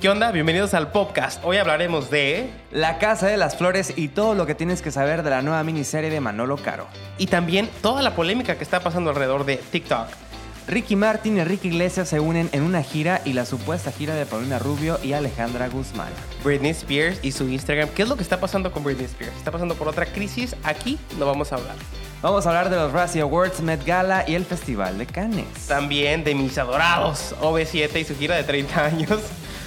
¿Qué onda? Bienvenidos al podcast. Hoy hablaremos de... La Casa de las Flores y todo lo que tienes que saber de la nueva miniserie de Manolo Caro. Y también toda la polémica que está pasando alrededor de TikTok. Ricky Martin y Ricky Iglesias se unen en una gira y la supuesta gira de Paulina Rubio y Alejandra Guzmán. Britney Spears y su Instagram. ¿Qué es lo que está pasando con Britney Spears? ¿Está pasando por otra crisis? Aquí lo vamos a hablar. Vamos a hablar de los Razzie Awards, Met Gala y el Festival de Cannes. También de mis adorados OV7 y su gira de 30 años.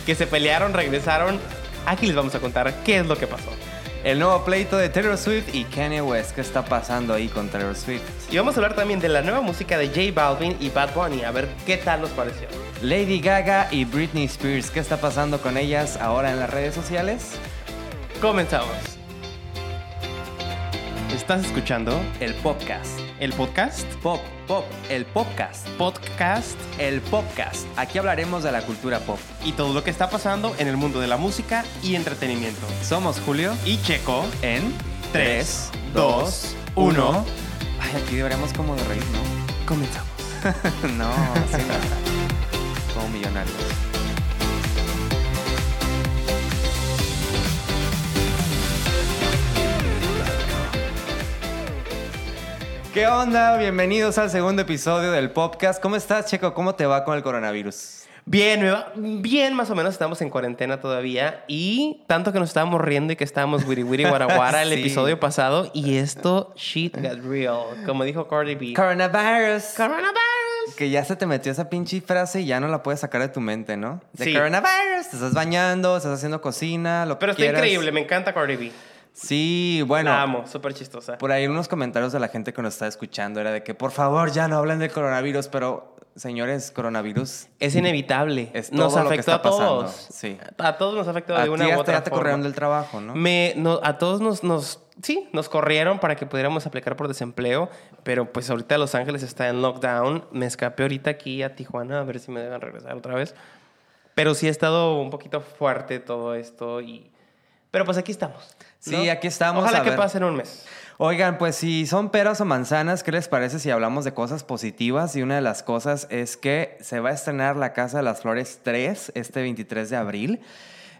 Que se pelearon, regresaron. Aquí les vamos a contar qué es lo que pasó. El nuevo pleito de Taylor Swift y Kanye West. ¿Qué está pasando ahí con Taylor Swift? Y vamos a hablar también de la nueva música de J Balvin y Bad Bunny. A ver qué tal nos pareció. Lady Gaga y Britney Spears. ¿Qué está pasando con ellas ahora en las redes sociales? Comenzamos. ¿Estás escuchando El podcast. el podcast? Pop, pop, el podcast. Podcast El podcast. Aquí hablaremos de la cultura pop. y todo lo que está pasando en el mundo de la música y entretenimiento. Somos Julio Y Checo, en Tres, tres, dos, dos, uno. uno. Ay, aquí deberíamos como de reír, ¿no? comenzamos. no, sí, no. Como millonarios. ¿Qué onda? Bienvenidos al segundo episodio del podcast. ¿Cómo estás, Checo? ¿Cómo te va con el coronavirus? Bien, me va bien, más o menos estamos en cuarentena todavía y tanto que nos estábamos riendo y que estábamos wiri wiri guaraguara el Sí. episodio pasado y esto shit got real, como dijo Cardi B. Coronavirus. Coronavirus. Que ya se te metió esa pinche frase y ya no la puedes sacar de tu mente, ¿no? De Sí. coronavirus, te estás bañando, estás haciendo cocina, lo Pero que está quieras. increíble, me encanta Cardi B. Sí, bueno. pues, La amo, súper chistosa. Por ahí unos comentarios de la gente que nos está escuchando era de que por favor ya no hablen del coronavirus, pero señores, coronavirus. Es inevitable. Es nos todo lo que afectó está a todos. pasando, sí. A todos nos afectó a de ti una u hasta otra ya te forma. corrieron del trabajo, ¿no? Me- no- a todos nos, nos, sí, nos corrieron para que pudiéramos aplicar por desempleo, pero pues ahorita Los Ángeles está en lockdown. Me escapé ahorita aquí a Tijuana a ver si me dejan regresar otra vez. Pero sí ha estado un poquito fuerte todo esto y... Pero pues aquí estamos. Sí, aquí estamos, Ojalá a que ver. pase en un mes. Oigan, pues si son peras o manzanas, ¿qué les parece si hablamos de cosas positivas? Y una de las cosas es que se va a estrenar La Casa de las Flores 3 este 23 de abril.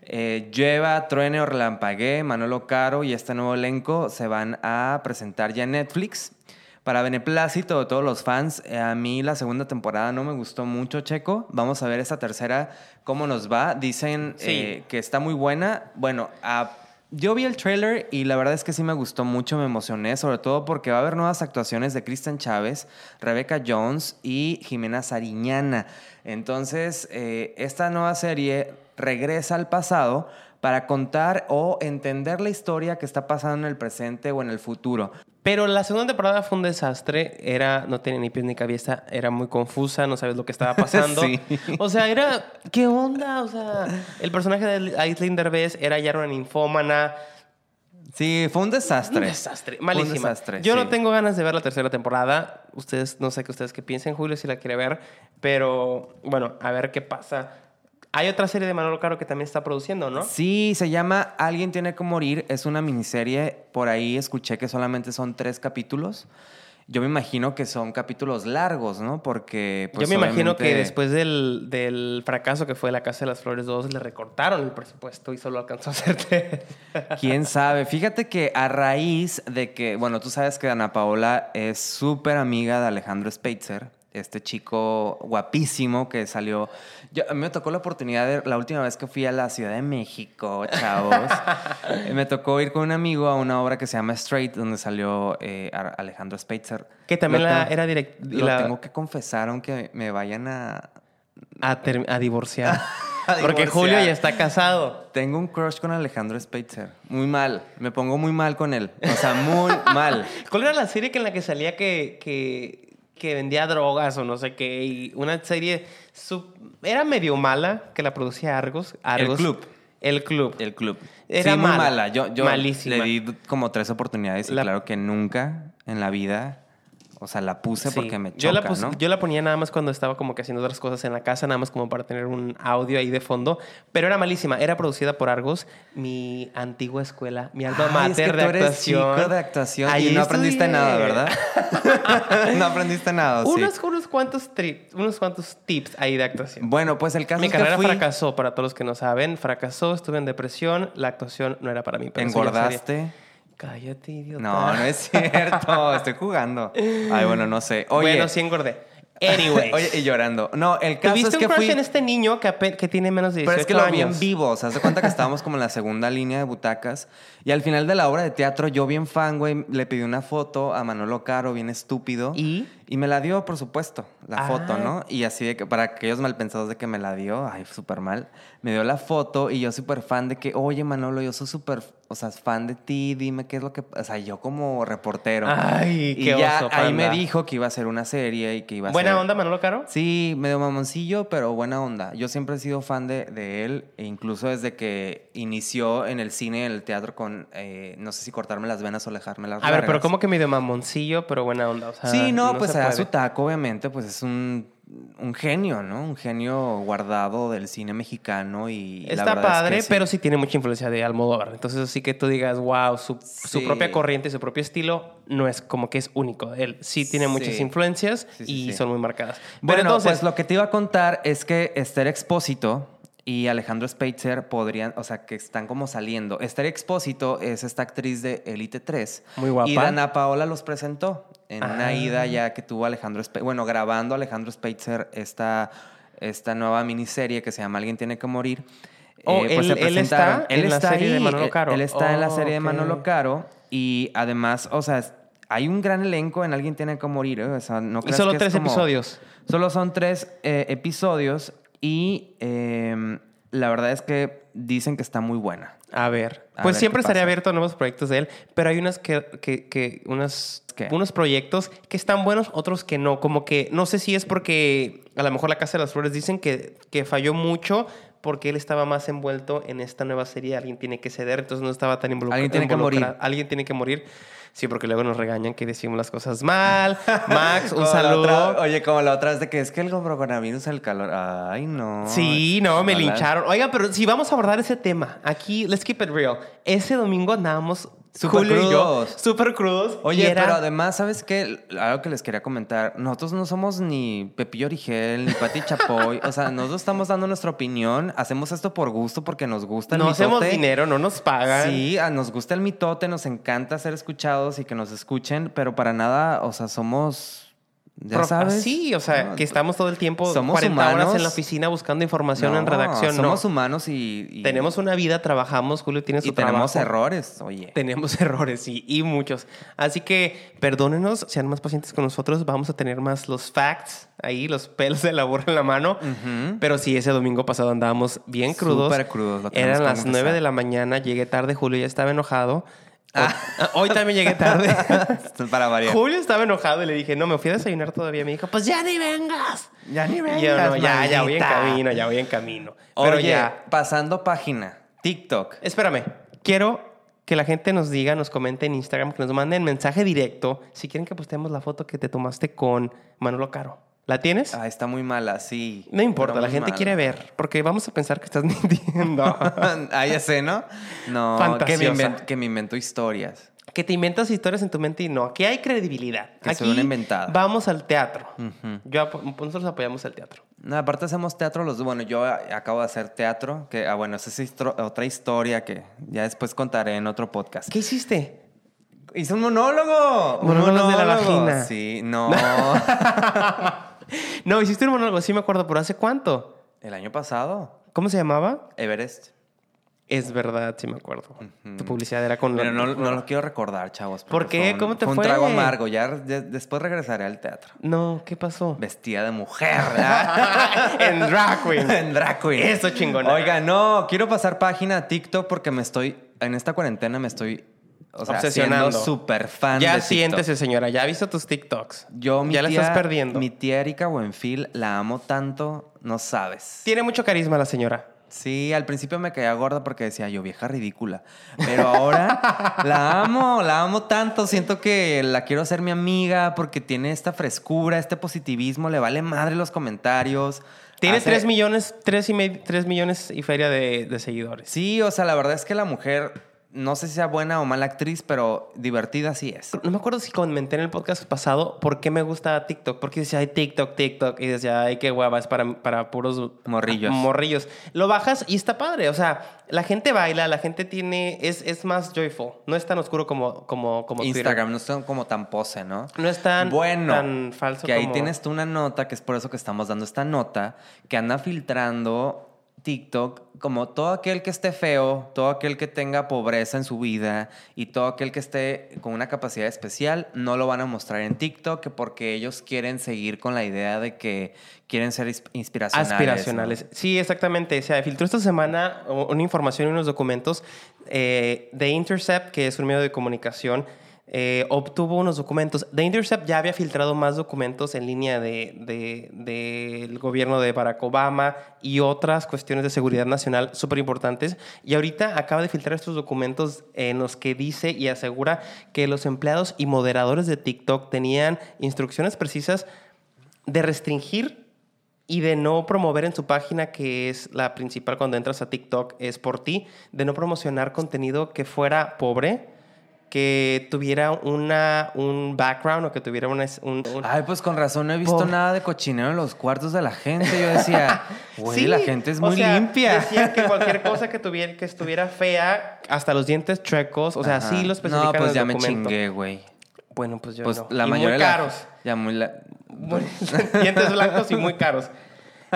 Eh, Lleva, Truene o Relampagué, Manolo Caro y este nuevo elenco se van a presentar ya en Netflix. Para beneplácito de todos los fans, eh, a mí la segunda temporada no me gustó mucho, Checo. Vamos a ver esta tercera cómo nos va. Dicen Sí. eh, que está muy buena. Bueno, a- yo vi el trailer y la verdad es que sí me gustó mucho, me emocioné, sobre todo porque va a haber nuevas actuaciones de Kristen Chávez, Rebecca Jones y Jimena Sariñana. Entonces, eh, esta nueva serie regresa al pasado para contar o entender la historia que está pasando en el presente o en el futuro. Pero la segunda temporada fue un desastre. Era, no tenía ni pies ni cabeza. Era muy confusa. No sabes lo que estaba pasando. Sí. O sea, era... ¿Qué onda? O sea, el personaje de Aislinn Derbez era ya una ninfómana. Sí, fue un desastre. Un desastre. Malísima. Un desastre, Yo sí. no tengo ganas de ver la tercera temporada. Ustedes, no sé qué ustedes qué piensen, Julio, si la quiere ver. Pero, bueno, a ver qué pasa. Hay otra serie de Manolo Caro que también está produciendo, ¿no? Sí, se llama Alguien tiene que morir. Es una miniserie. Por ahí escuché que solamente son tres capítulos. Yo me imagino que son capítulos largos, ¿no? Porque... Yo pues, me imagino que obviamente- después del, del fracaso que fue La Casa de las Flores 2, le recortaron el presupuesto y solo alcanzó a hacerte. ¿Quién sabe? Fíjate que a raíz de que, bueno, tú sabes que Ana Paola es súper amiga de Alejandro Speitzer, este chico guapísimo que salió. Yo, a mí me tocó la oportunidad de, la última vez que fui a la Ciudad de México, chavos, eh, me tocó ir con un amigo a una obra que se llama Straight, donde salió eh, a- Alejandro Speitzer. que también Lo la, tengo- era directo Lo tengo que confesar, aunque me vayan a. a, ter- a divorciar. A Porque divorciar. Julio ya está casado. Tengo un crush con Alejandro Speitzer. Muy mal. Me pongo muy mal con él. O sea, muy mal. ¿Cuál era la serie que en la que salía que, que, que vendía drogas o no sé qué? Y una serie sub- era medio mala que la producía Argos. Argos. Club. El Club. El club. Era sí, muy mala. mala. Yo, yo Malísima. le di como tres oportunidades y La- claro que nunca en la vida, o sea, la puse Sí. porque me choca, yo, la pus- ¿no? yo la ponía nada más cuando estaba como que haciendo otras cosas en la casa, nada más como para tener un audio ahí de fondo. Pero era malísima. Era producida por Argos, mi antigua escuela, mi alma mater Ay, es que de tú eres actuación. chico de actuación Ahí y no aprendiste estudié. nada, ¿verdad? no aprendiste nada, sí. Unos, unos cuantos, tri- unos cuantos tips ahí de actuación. Bueno, pues el caso Mi es que carrera fui- fracasó, para todos los que no saben. Fracasó, estuve en depresión, la actuación no era para mí. pero eso ya sería- engordaste. Cállate, idiota. No, no es cierto. Estoy jugando. Ay, bueno, no sé. Oye, Bueno, sí engordé. Anyways. Oye, y llorando. No, el caso Tuviste es que un crush fui. en este niño que, ape- que tiene menos de 18 Pero es que lo vi años. en vivo. O sea, se cuenta que estábamos como en la segunda línea de butacas. Y al final de la obra de teatro, yo bien fan, güey, le pedí una foto a Manolo Caro, bien estúpido. ¿Y? me la dio, por supuesto, la Ah. foto, ¿no? Y así de que, para aquellos malpensados de que me la dio, ay, súper mal. Me dio la foto y yo súper fan de que, oye, Manolo, yo soy súper, o sea, fan de ti, dime qué es lo que. O sea, yo como reportero. Ay, y qué ya oso, ahí panda. me dijo que iba a hacer una serie y que iba a ¿Buena ser- onda, Manolo Caro? Sí, medio mamoncillo, pero buena onda. Yo siempre he sido fan de, de él, e incluso desde que inició en el cine, en el teatro, con eh, no sé si cortarme las venas o dejarme las A ver, pero como que medio mamoncillo, pero buena onda. O sea, Sí, no, pues se a puede. su taco, obviamente, pues es un, un genio, ¿no? Un genio guardado del cine mexicano y. la Está verdad es que padre, sí. pero sí tiene mucha influencia de Almodóvar. Entonces, así que tú digas, wow, su, su Sí. propia corriente, su propio estilo, no es como que es único. de Él sí tiene Sí. muchas influencias Sí, sí, y sí. son muy marcadas. Pero Bueno, entonces, pues lo que te iba a contar es que Esther Expósito y Alejandro Speitzer podrían, o sea, que están como saliendo. Esther Expósito es esta actriz de Elite 3. Muy guapa. Y Dana Paola los presentó en Ah. una ida ya que tuvo Alejandro Speitzer, bueno, grabando Alejandro Speitzer esta, esta nueva miniserie que se llama Alguien tiene que morir. Eh, pues Oh, él- se él presentaron. está en la serie de ahí, Manolo él- Caro. Él está en la Oh, serie de Manolo ok. Caro y además, o sea, es- hay un gran elenco en Alguien tiene que morir. ¿eh? O sea, no y creas solo que es tres como- episodios. Solo son tres eh, episodios y eh, la verdad es que dicen que está muy buena. A ver. A pues ver siempre qué estaría pasa. abierto a nuevos proyectos de él, pero hay unas que, que, que unas, ¿Qué? unos proyectos que están buenos, otros que no. Como que no sé si es porque a lo mejor la Casa de las Flores dicen que, que falló mucho porque él estaba más envuelto en esta nueva serie. Alguien tiene que ceder, entonces no estaba tan involucrado. Alguien tiene que morir. Alguien tiene que morir. Sí, porque luego nos regañan que decimos las cosas mal. Max, un Como la saludo. otra- oye, como la otra vez de que es que el coronavirus, el calor. Ay, no. Sí, no, me Ojalá. lincharon. Oiga, pero si vamos a abordar ese tema, aquí, let's keep it real. Ese domingo andábamos Súper Julio y yo, crudos. súper crudos. y Oye, era- pero además, ¿sabes qué? Algo que les quería comentar. Nosotros no somos ni Pepillo Origel, ni Pati Chapoy. o sea, nosotros estamos dando nuestra opinión. Hacemos esto por gusto porque nos gusta el no hacemos mitote. dinero, no nos pagan. Sí, a- nos gusta el mitote, nos encanta ser escuchados y que nos escuchen, pero para nada, o sea, somos. Ya Pro- sabes. Sí, o sea, No, que estamos todo el tiempo somos 40 horas humanos. en la oficina buscando información en no, redacción. Somos no. humanos y. y- Tenemos una vida, trabajamos, Julio tiene su y tenemos trabajo. errores, oye. Tenemos errores, sí, y muchos. Así que perdónenos, sean más pacientes con nosotros. Vamos a tener más los facts ahí, los pelos de la burra en la mano. Pero sí, ese domingo pasado andábamos bien crudos. Súper crudos, lo tenemos Eran que las confesar. 9 de la mañana, llegué tarde, Julio ya estaba enojado. Hoy, hoy también llegué tarde. Esto es para variar. Julio estaba enojado y le dije, no, me fui a desayunar todavía. Me dijo, pues ya ni vengas. Ya ni Y yo, vengas, "No, ya, ya voy en maldita". camino, ya voy en camino. Oye, Pero ya, pasando página, TikTok. Espérame, quiero que la gente nos diga, nos comente en Instagram, que nos manden mensaje directo si quieren que posteemos la foto que te tomaste con Manolo Caro. ¿La tienes? Ah, está muy mala, sí. no importa, Pero la muy gente mala. quiere ver, porque vamos a pensar que estás mintiendo. ah, ya sé, ¿no? No, que me, Fantasiosa. inven- que me invento historias. que te inventas historias en tu mente y no. Aquí hay credibilidad. Que Aquí sea una inventada. Vamos al teatro. Yo apo- nosotros apoyamos al teatro. No, aparte hacemos teatro los dos. Bueno, yo a- acabo de hacer teatro, que, ah, bueno, esa es histro- otra historia que ya después contaré en otro podcast. ¿Qué hiciste? Hice un monólogo. Un Monólogos de la vagina. Sí, no. No, hiciste un monólogo, sí me acuerdo, pero ¿hace cuánto? El año pasado, ¿Cómo se llamaba? Everest. Es verdad, sí me acuerdo. Tu publicidad era con... Pero no, no lo quiero recordar, chavos. porque ¿Por qué? fue un- ¿Cómo te fue? fue? un trago amargo. Ya de- después regresaré al teatro. No, ¿qué pasó? Vestida de mujer. ¿verdad? en drag queen. en drag queen. Eso chingona. Oiga, no, quiero pasar página a TikTok porque me estoy. En esta cuarentena me estoy. O sea, Obsesionando. siendo súper fan de Ya TikTok. siéntese, señora. Ya ha visto tus TikToks. Yo, mi ya la tía- estás perdiendo. Mi tía Erika Buenfil la amo tanto, no sabes. Tiene mucho carisma la señora. Sí, al principio me caía gorda porque decía yo, vieja ridícula. Pero ahora la amo, la amo tanto. Siento que la quiero hacer mi amiga porque tiene esta frescura, este positivismo, le vale madre los comentarios. Tiene Hace- 3 millones, tres y medio, tres millones y feria de, de seguidores. Sí, o sea, la verdad es que la mujer no sé si sea buena o mala actriz, pero divertida sí es. No me acuerdo si comenté en el podcast pasado por qué me gusta TikTok. Porque decía, ay, TikTok, TikTok. Y decía, ay, qué hueva, es para, para puros Morrillos. morrillos. Lo bajas y está padre. O sea, la gente baila, la gente tiene. Es, es más joyful. No es tan oscuro como, como, como Twitter. Instagram no es tan- como tan pose, ¿no? No es tan, bueno, tan falso que ahí como- tienes tú una nota, que es por eso que estamos dando esta nota, que anda filtrando TikTok como todo aquel que esté feo, todo aquel que tenga pobreza en su vida y todo aquel que esté con una capacidad especial, no lo van a mostrar en TikTok que porque ellos quieren seguir con la idea de que quieren ser is- inspiracionales. ¿no? Aspiracionales. Sí, exactamente. O sea, filtró esta semana u- una información y unos documentos. eh, The Intercept, que es un medio de comunicación, eh, obtuvo unos documentos. The Intercept ya había filtrado más documentos en línea del de, del gobierno de Barack Obama y otras cuestiones de seguridad nacional súper importantes. Y ahorita acaba de filtrar estos documentos en los que dice y asegura que los empleados y moderadores de TikTok tenían instrucciones precisas de restringir y de no promover en su página, que es la principal cuando entras a TikTok, es por ti, de no promocionar contenido que fuera pobre, que tuviera una, un background o que tuviera una, un... un- Ay, pues con razón no he visto Por- nada de cochinero en los cuartos de la gente. Yo decía, güey, Sí, la gente es o muy sea, limpia. Decían que cualquier cosa que, tuviera, que estuviera fea, hasta los dientes chuecos, o sea, Ajá. sí lo especifican No, en pues el ya me documento. chingué, güey. Bueno, pues yo Pues no. la Y mayoría. muy de la- caros. ya muy la- Bueno, dientes blancos y muy caros.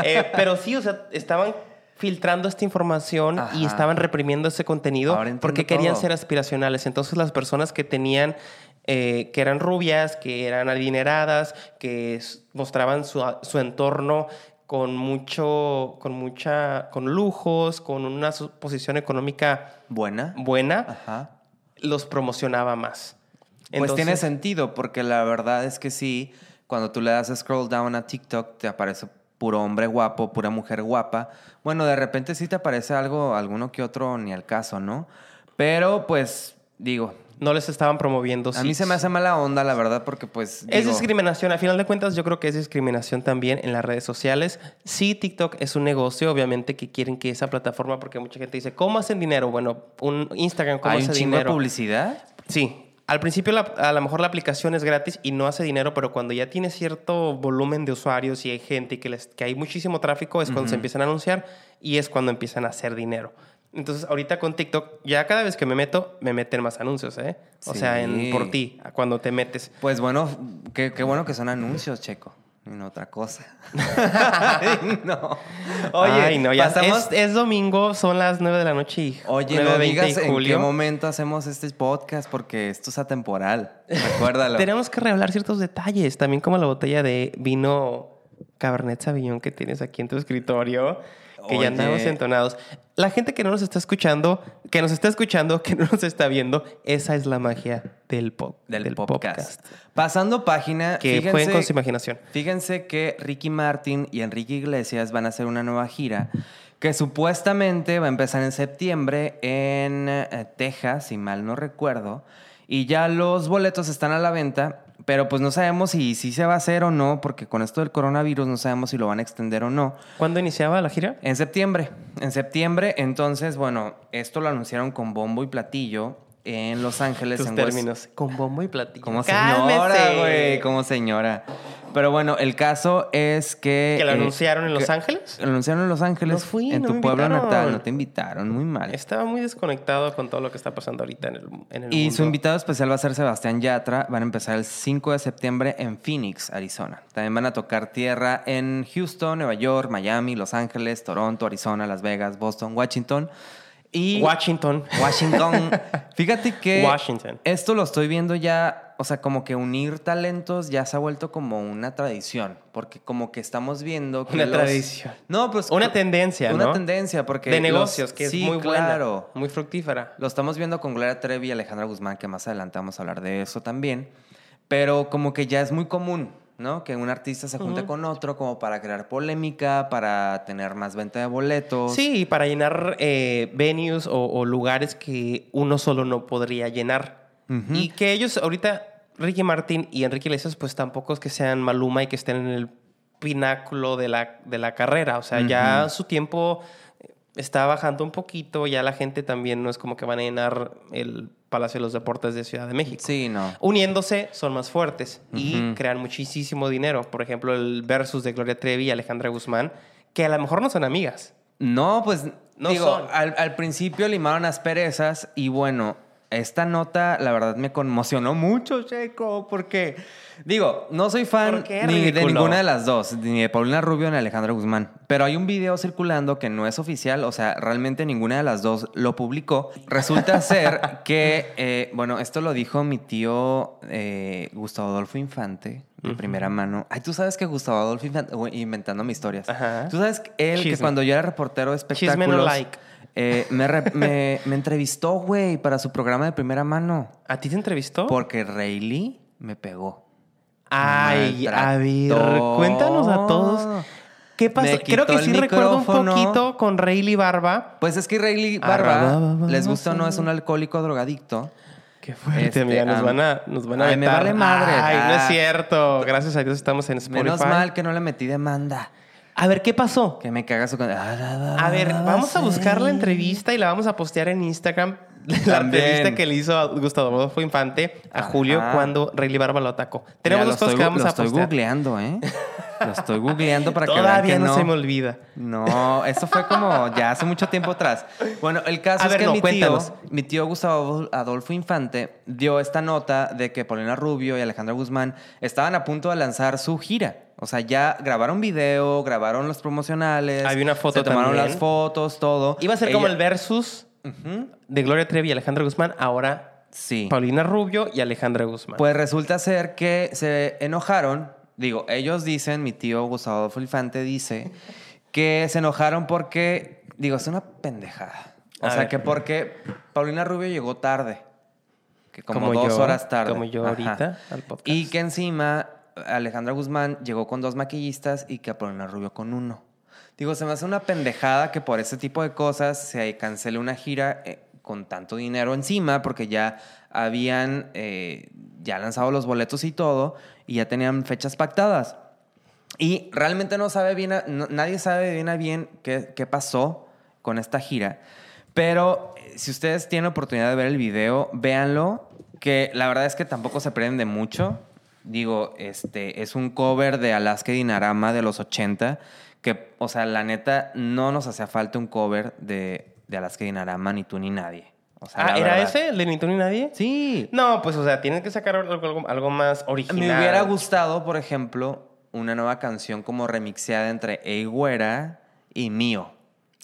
Eh, pero sí, o sea, estaban filtrando esta información y Ajá. estaban reprimiendo ese contenido Ahora entiendo porque querían todo. ser aspiracionales. Entonces las personas que tenían, eh, que eran rubias, que eran adineradas, que s- mostraban su, su entorno con mucho, con mucha, con lujos, con una su- posición económica buena. buena, Ajá. los promocionaba más. pues tiene Entonces- sentido, porque la verdad es que sí, cuando tú le das scroll down a TikTok, te aparece puro hombre guapo, pura mujer guapa. Bueno, de repente sí te aparece algo, alguno que otro, ni al caso, ¿no? Pero pues, digo, no les estaban promoviendo. a Pues sí, mí se me hace mala onda, la verdad, porque pues. Es digo, discriminación, a final de cuentas yo creo que es discriminación también en las redes sociales. Sí, TikTok es un negocio, obviamente que quieren que esa plataforma, porque mucha gente dice, ¿cómo hacen dinero? Bueno, un Instagram, ¿cómo Hay hace un chingo de dinero? publicidad. Sí. Al principio la- a lo mejor la aplicación es gratis y no hace dinero, pero cuando ya tiene cierto volumen de usuarios y hay gente y que, les- que hay muchísimo tráfico, es cuando se empiezan a anunciar y es cuando empiezan a hacer dinero. Entonces ahorita con TikTok, ya cada vez que me meto, me meten más anuncios, ¿eh? O sea, en, Sí. por ti, cuando te metes. Pues bueno, qué, qué bueno que son anuncios, Checo. Y no otra cosa. Ay, no. Oye, Ay, no, ya pasamos- es, es domingo, son las 9 de la noche y Oye, 9, no 20 digas de en qué momento hacemos este podcast porque esto es atemporal. Recuérdalo. Tenemos que revelar ciertos detalles, también como la botella de vino Cabernet Sauvignon que tienes aquí en tu escritorio, que Oye. ya andamos entonados. La gente que no nos está escuchando, que nos está escuchando, que no nos está viendo, esa es la magia del pop, del, podcast. Pasando página, Que fíjense, jueguen con su imaginación. fíjense que Ricky Martin y Enrique Iglesias van a hacer una nueva gira que supuestamente va a empezar en septiembre en eh, Texas, si mal no recuerdo. Y ya los boletos están a la venta, pero pues no sabemos si, si se va a hacer o no, porque con esto del coronavirus no sabemos si lo van a extender o no. ¿Cuándo iniciaba la gira? En septiembre. En septiembre, entonces, bueno, esto lo anunciaron con bombo y platillo en Los Ángeles. Tus en West- términos. Con bombo y platillo. Como señora, ¡Cálmese! güey. Como señora. Pero bueno, el caso es que. ¿Que lo eh, anunciaron en Los que- Ángeles? Lo anunciaron en Los No Ángeles. fui, en no tu me pueblo invitaron. natal. No te invitaron, muy mal. Estaba muy desconectado con todo lo que está pasando ahorita en el, en el Y mundo. su invitado especial va a ser Sebastián Yatra. Van a empezar el 5 de septiembre en Phoenix, Arizona. También van a tocar tierra en Houston, Nueva York, Miami, Los Ángeles, Toronto, Arizona, Las Vegas, Boston, Washington. Y Washington. Washington. Fíjate que Washington. esto lo estoy viendo ya, o sea, como que unir talentos ya se ha vuelto como una tradición, porque como que estamos viendo que Una los- tradición. No, pues Una que- tendencia, una ¿no? tendencia porque de los- negocios, que sí, es muy claro. buena. Muy fructífera. Lo estamos viendo con Gloria Trevi y Alejandra Guzmán, que más adelante vamos a hablar de eso también. Pero como que ya es muy común, ¿no? Que un artista se junte con otro como para crear polémica, para tener más venta de boletos. Sí, y para llenar eh, venues o, o lugares que uno solo no podría llenar. Y que ellos ahorita, Ricky Martín y Enrique Iglesias, pues tampoco es que sean Maluma y que estén en el pináculo de la, de la carrera. O sea, ya su tiempo eh, está bajando un poquito, ya la gente también no es como que van a llenar el Palacio de los Deportes de Ciudad de México. Sí, no. Uniéndose son más fuertes y Ujú. crean muchísimo dinero. Por ejemplo, el versus de Gloria Trevi y Alejandra Guzmán, que a lo mejor no son amigas. No, pues No digo, son. Al, al principio limaron las perezas y bueno, esta nota la verdad me conmocionó mucho, Checo, porque digo, no soy fan ¿Por qué, ni de ridículo? ninguna de las dos, ni de Paulina Rubio ni de Alejandra Guzmán, pero hay un video circulando que no es oficial, o sea, realmente ninguna de las dos lo publicó. Resulta ser que, eh, bueno, esto lo dijo mi tío eh, Gustavo Adolfo Infante. De primera mano. Ay, tú sabes que Gustavo Adolfo Infante, güey, inventando mis historias. Ajá. Tú sabes que él, que Chisme. cuando yo era reportero de espectáculos, Chisme no like. eh, me, re- me- me entrevistó, güey, para su programa de primera mano. ¿A ti te entrevistó? Porque Rayleigh me pegó. Ay, a ver, Maltrató. cuéntanos a todos. ¿Qué pasó? Me Creo que quitó el sí recuerdo un micrófono. poquito con Rayleigh Barba. Pues es que Rayleigh Ah, Arraba, ba, Barba, ba, les ba, gusta o no, ba. es un alcohólico drogadicto. Qué fuerte, Este, amiga. Nos am- van a, nos van a Ay, me vetar. vale madre. Ay, no es Ah. cierto. Gracias a Dios estamos en Spotify. Menos mal que no le metí demanda. A ver, ¿qué pasó? Que me caga su... con- Ah, A ver, vamos a buscar la entrevista y la vamos a postear en Instagram. La También. entrevista que le hizo a Gustavo Adolfo Infante a Ajá. Julio cuando Rayleigh Barba lo atacó. Tenemos Mira, dos lo cosas estoy que gu- vamos lo a estoy postear. googleando, ¿eh? Lo estoy googleando para que vean Todavía que no, no. se me olvida. No, eso fue como ya hace mucho tiempo atrás. Bueno, el caso A es ver, que no, mi, cuéntanos. tío, mi tío Gustavo Adolfo Infante dio esta nota de que Paulina Rubio y Alejandra Guzmán estaban a punto de lanzar su gira. O sea, ya grabaron video, grabaron los promocionales. Había una foto Se tomaron también. las fotos, todo. Iba a ser como Ella- el versus Ujú, de Gloria Trevi y Alejandra Guzmán, ahora Sí. Paulina Rubio y Alejandra Guzmán. Pues resulta ser que se enojaron. Digo, ellos dicen, mi tío Gustavo Adolfo Infante dice que se enojaron porque, digo, es una pendejada. O A sea, ver. que porque Paulina Rubio llegó tarde. Que como, Como dos yo, horas tarde. como yo Ajá. ahorita al podcast. Y que encima Alejandra Guzmán llegó con dos maquillistas y que a Paulina Rubio con uno. Digo, se me hace una pendejada que por ese tipo de cosas se cancele una gira eh, con tanto dinero encima, porque ya habían eh, ya lanzado los boletos y todo, y ya tenían fechas pactadas. Y realmente no sabe bien, a- no- nadie sabe bien a bien qué, qué pasó con esta gira. Pero eh, si ustedes tienen oportunidad de ver el video, véanlo, que la verdad es que tampoco se prenden de mucho. Digo, este es un cover de Alaska y Dinarama de los 80, que, o sea, la neta, no nos hacía falta un cover de, de Alaska y Dinarama, ni tú ni nadie. O sea, ah, la ¿era verdad. ese? ¿El de Ni tú ni nadie? Sí. No, pues, o sea, tienen que sacar algo, algo- algo más original. Me hubiera gustado, por ejemplo, una nueva canción como remixeada entre Ey Güera y Mío.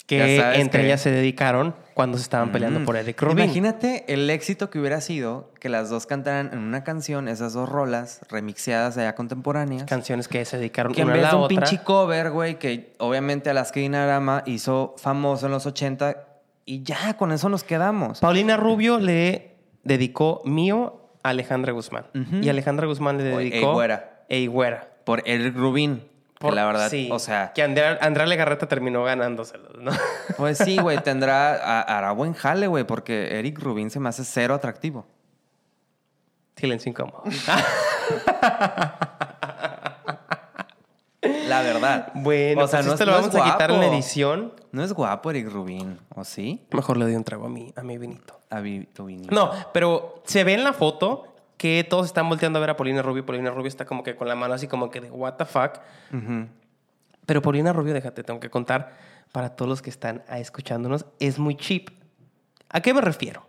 Que Ya sabes entre que- ellas se dedicaron cuando se estaban peleando Mm. por Eric Rubin. Imagínate el éxito que hubiera sido que las dos cantaran en una canción esas dos rolas remixeadas de allá contemporáneas. canciones que se dedicaron que en una a vez la de un otra. pinche cover, güey, que obviamente Alaska Dinarama hizo famoso en los 80 y ya, con eso nos quedamos. Paulina Rubio le dedicó mío a Alejandra Guzmán. Ujú. Y Alejandra Guzmán le Oye, dedicó. Ey, güera. Ey, güera. Por Eric Rubin. Por- que la verdad, sí, o sea, Que Andrea, Andrea Legarreta terminó ganándoselo, ¿no? pues sí, güey, tendrá, a- hará buen jale, güey, porque Eric Rubin se me hace cero atractivo. Silencio incómodo. La verdad. Bueno, o sea, pues no esto es- lo no vamos es a quitar en la guapo. edición. No es guapo Eric Rubin, ¿o sí? Mejor le doy un trago a mi, a mi vinito. A vi- tu vinil. No, pero se ve en la foto que todos están volteando a ver a Paulina Rubio. Paulina Rubio está como que con la mano así como que de what the fuck. Ujú. Pero Paulina Rubio, déjate, tengo que contar para todos los que están ah, escuchándonos, es muy cheap. ¿A qué me refiero?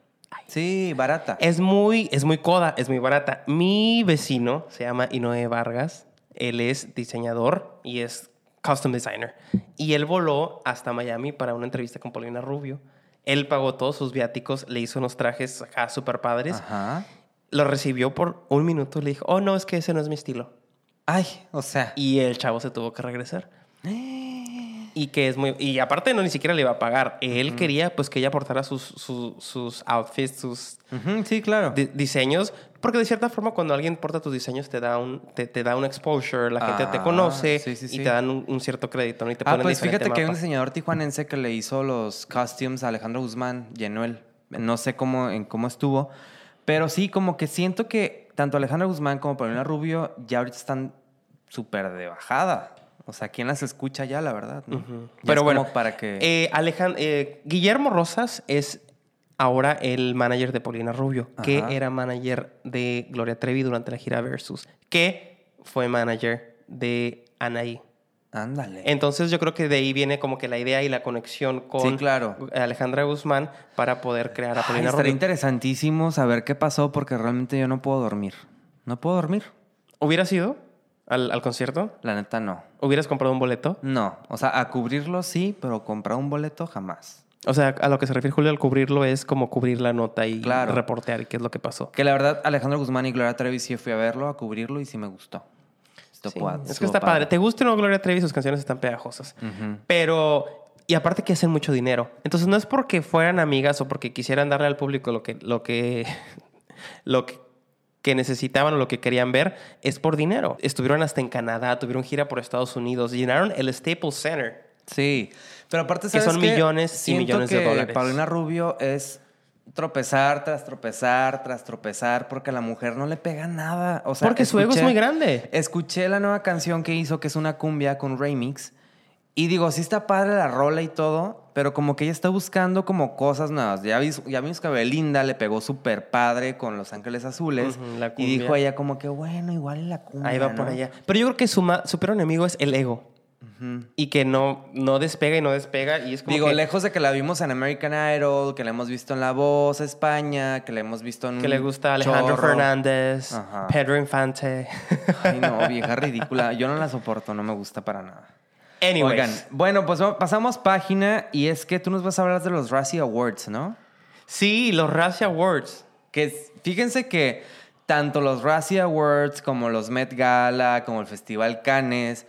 Sí, barata. Es muy, es muy coda, es muy barata. Mi vecino se llama Inoe Vargas. Él es diseñador y es custom designer. Y él voló hasta Miami para una entrevista con Paulina Rubio. Él pagó todos sus viáticos, le hizo unos trajes acá super padres. Ajá. Lo recibió por un minuto y le dijo, oh, no, es que ese no es mi estilo. Ay, o sea. Y el chavo se tuvo que regresar. Y que es muy... Y aparte no ni siquiera le iba a pagar. Él quería pues que ella aportara sus, sus, sus outfits, sus Ujú, sí, claro. di- diseños. Porque de cierta forma cuando alguien porta tus diseños te da un, te, te da un exposure, la gente te Ah, conoce sí, sí, y sí. te dan un, un cierto crédito, ¿no? Y te Ah, ponen pues diferente fíjate que hay un mapa. diseñador tijuanense que le hizo los costumes a Alejandro Guzmán, Yenuel. No sé cómo, en cómo estuvo. Pero sí, como que siento que tanto Alejandro Guzmán como Paulina Rubio ya ahorita están súper de bajada. O sea, ¿quién las escucha ya, la verdad? no? Ujú. Ya Pero es bueno, como para que... eh, Alejan- eh, Guillermo Rosas es ahora el manager de Paulina Rubio, que Ajá. era manager de Gloria Trevi durante la gira Versus, que fue manager de Anaí. Ándale. Entonces yo creo que de ahí viene como que la idea y la conexión con Sí, claro. Alejandra Guzmán para poder crear a Ay, Paulina estaría Rubio. interesantísimo saber qué pasó porque realmente yo no puedo dormir. No puedo dormir. ¿Hubieras ido al, al concierto? La neta, no. ¿Hubieras comprado un boleto? No. O sea, a cubrirlo sí, pero comprar un boleto jamás. O sea, a lo que se refiere Julio al cubrirlo es como cubrir la nota y Claro. reportear qué es lo que pasó. Que la verdad, Alejandro Guzmán y Gloria Trevi sí fui a verlo, a cubrirlo y sí me gustó. Estuvo Sí, pa- Es que estuvo Mm. está padre. Te guste o no Gloria Trevi, sus canciones están pegajosas. Ujú. Pero, y aparte que hacen mucho dinero. Entonces no es porque fueran amigas o porque quisieran darle al público lo que, lo que, lo que, que necesitaban o lo que querían ver, es por dinero. Estuvieron hasta en Canadá, tuvieron gira por Estados Unidos, llenaron el Staples Center. Sí, pero aparte Que ¿sabes son qué? millones y Siento millones de que dólares. Paulina Rubio es tropezar tras tropezar tras tropezar porque a la mujer no le pega nada. O sea, porque su ego es escuché- muy grande. Escuché la nueva canción que hizo, que es una cumbia con remix. Y digo, sí está padre la rola y todo, pero como que ella está buscando como cosas nuevas. Ya, vis- ya vimos que Belinda le pegó súper padre con Los Ángeles Azules. Ujú, la y cumbia. dijo ella como que, bueno, igual en la cumbia, Ahí va por ¿no?". allá. Pero yo creo que su, ma- su peor enemigo es el ego. Ujú. Y que no, no despega y no despega. Y es como Digo, que- lejos de que la vimos en American Idol, que la hemos visto en La Voz España, que la hemos visto en que un le gusta Alejandro Mm, chorro. Fernández, Ajá. Pedro Infante. Ay, no, vieja ridícula. Yo no la soporto, no me gusta para nada. Anyways, Oigan, bueno, pues va- pasamos página y es que tú nos vas a hablar de los Razzie Awards, ¿no? sí, los Razzie Awards. Que es- fíjense que tanto los Razzie Awards como los Met Gala, como el Festival Cannes,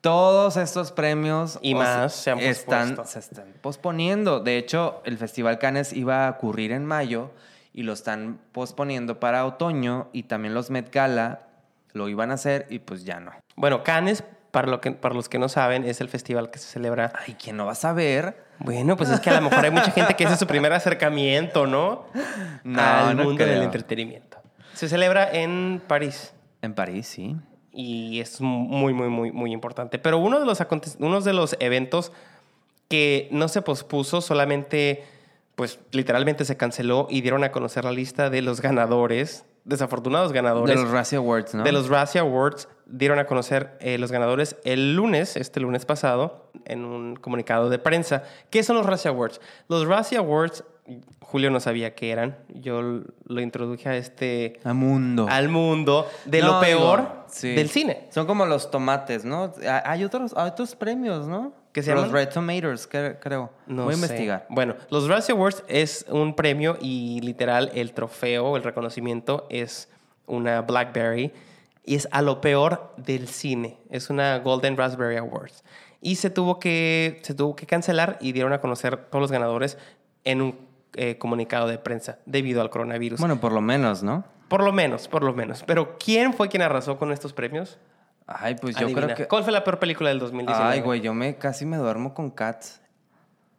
todos estos premios Y o más se han están, pospuesto. se están posponiendo. De hecho, el Festival Cannes iba a ocurrir en mayo y lo están posponiendo para otoño y también los Met Gala lo iban a hacer y pues ya no. Bueno, Cannes, para, lo que, para los que no saben, es el festival que se celebra. Ay, ¿quién no va a saber? Bueno, pues es que a lo mejor hay mucha gente que ese es su primer acercamiento, ¿no? No, Al no mundo del creo. entretenimiento. Se celebra en París. En París, sí. y es muy, muy, muy, muy importante. Pero uno de los, aconte- uno de los eventos que no se pospuso, solamente, pues literalmente se canceló y dieron a conocer la lista de los ganadores, desafortunados ganadores. De los Razzie Awards, ¿no? De los Razzie Awards dieron a conocer eh, los ganadores el lunes, este lunes pasado, en un comunicado de prensa. ¿Qué son los Razzie Awards? Los Razzie Awards, Julio no sabía qué eran. Yo lo introduje a este A mundo. al mundo de Ah, No, lo peor digo, sí. del cine. Son como los tomates, ¿no? Ha- Hay otros, hay otros premios, ¿no? ¿Qué se los llaman? Red Tomatoes, cre- creo. No Voy a sé. investigar. Bueno, los Razzie Awards es un premio y literal el trofeo, el reconocimiento es una Blackberry y es a lo peor del cine. Es una Golden Raspberry Awards. Y se tuvo que, se tuvo que cancelar y dieron a conocer todos los ganadores en un eh, comunicado de prensa debido al coronavirus. Bueno, por lo menos, ¿no? por lo menos, por lo menos. Pero ¿quién fue quien arrasó con estos premios? Ay, pues yo Adivina. creo que. ¿Cuál fue la peor película del 2019? Ay, güey, yo me casi me duermo con Cats.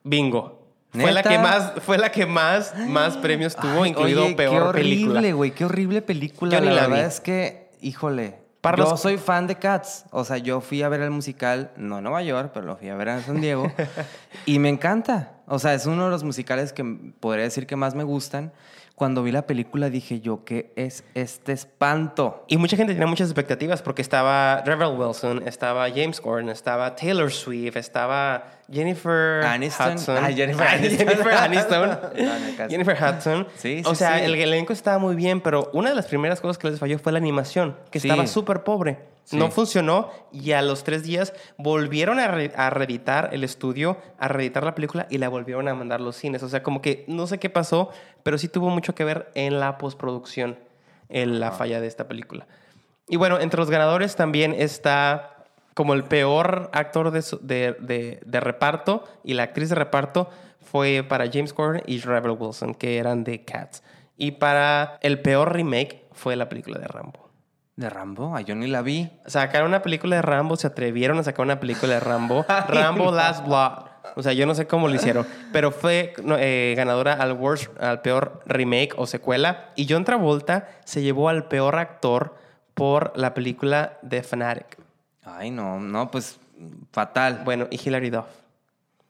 Bingo. Fue la ¿Neta? que más, fue la que más, más premios tuvo, Ay, incluido oye, peor qué horrible, película. güey, qué horrible película. Yo ni la, la verdad vi. es que, híjole. Para yo los- soy fan de Cats. O sea, yo fui a ver el musical, no en Nueva York, pero lo fui a ver en San Diego. y me encanta. O sea, es uno de los musicales que m- podría decir que más me gustan. Cuando vi la película dije yo, ¿qué es este espanto? Y mucha gente tenía muchas expectativas porque estaba Rebel Wilson, estaba James Gordon, estaba Taylor Swift, estaba Jennifer Aniston. Hudson. Ah, Jennifer Ay, Aniston. Jennifer Aniston. No, no, casi. Jennifer Hudson. Sí, o sí, sea, sí. el elenco estaba muy bien, pero una de las primeras cosas que les falló fue la animación, que Sí. estaba súper pobre. Sí. No funcionó y a los tres días volvieron a, re- a reeditar el estudio, a reeditar la película y la volvieron a mandar a los cines. O sea, como que no sé qué pasó, pero sí tuvo mucho que ver en la postproducción, en la falla de esta película. Y bueno, entre los ganadores también está como el peor actor de, su- de, de- de reparto y la actriz de reparto fue para James Corden y Rebel Wilson, que eran de Cats. Y para el peor remake fue la película de Rambo. De Rambo, Ay, yo ni la vi. Sacaron una película de Rambo, se atrevieron a sacar una película de Rambo. Rambo Last Blood. O sea, yo no sé cómo lo hicieron, pero fue no, eh, ganadora al, worst, al peor remake o secuela. Y John Travolta se llevó al peor actor por la película de Fanatic. Ay, no, no, pues fatal. Bueno, y Hilary Duff.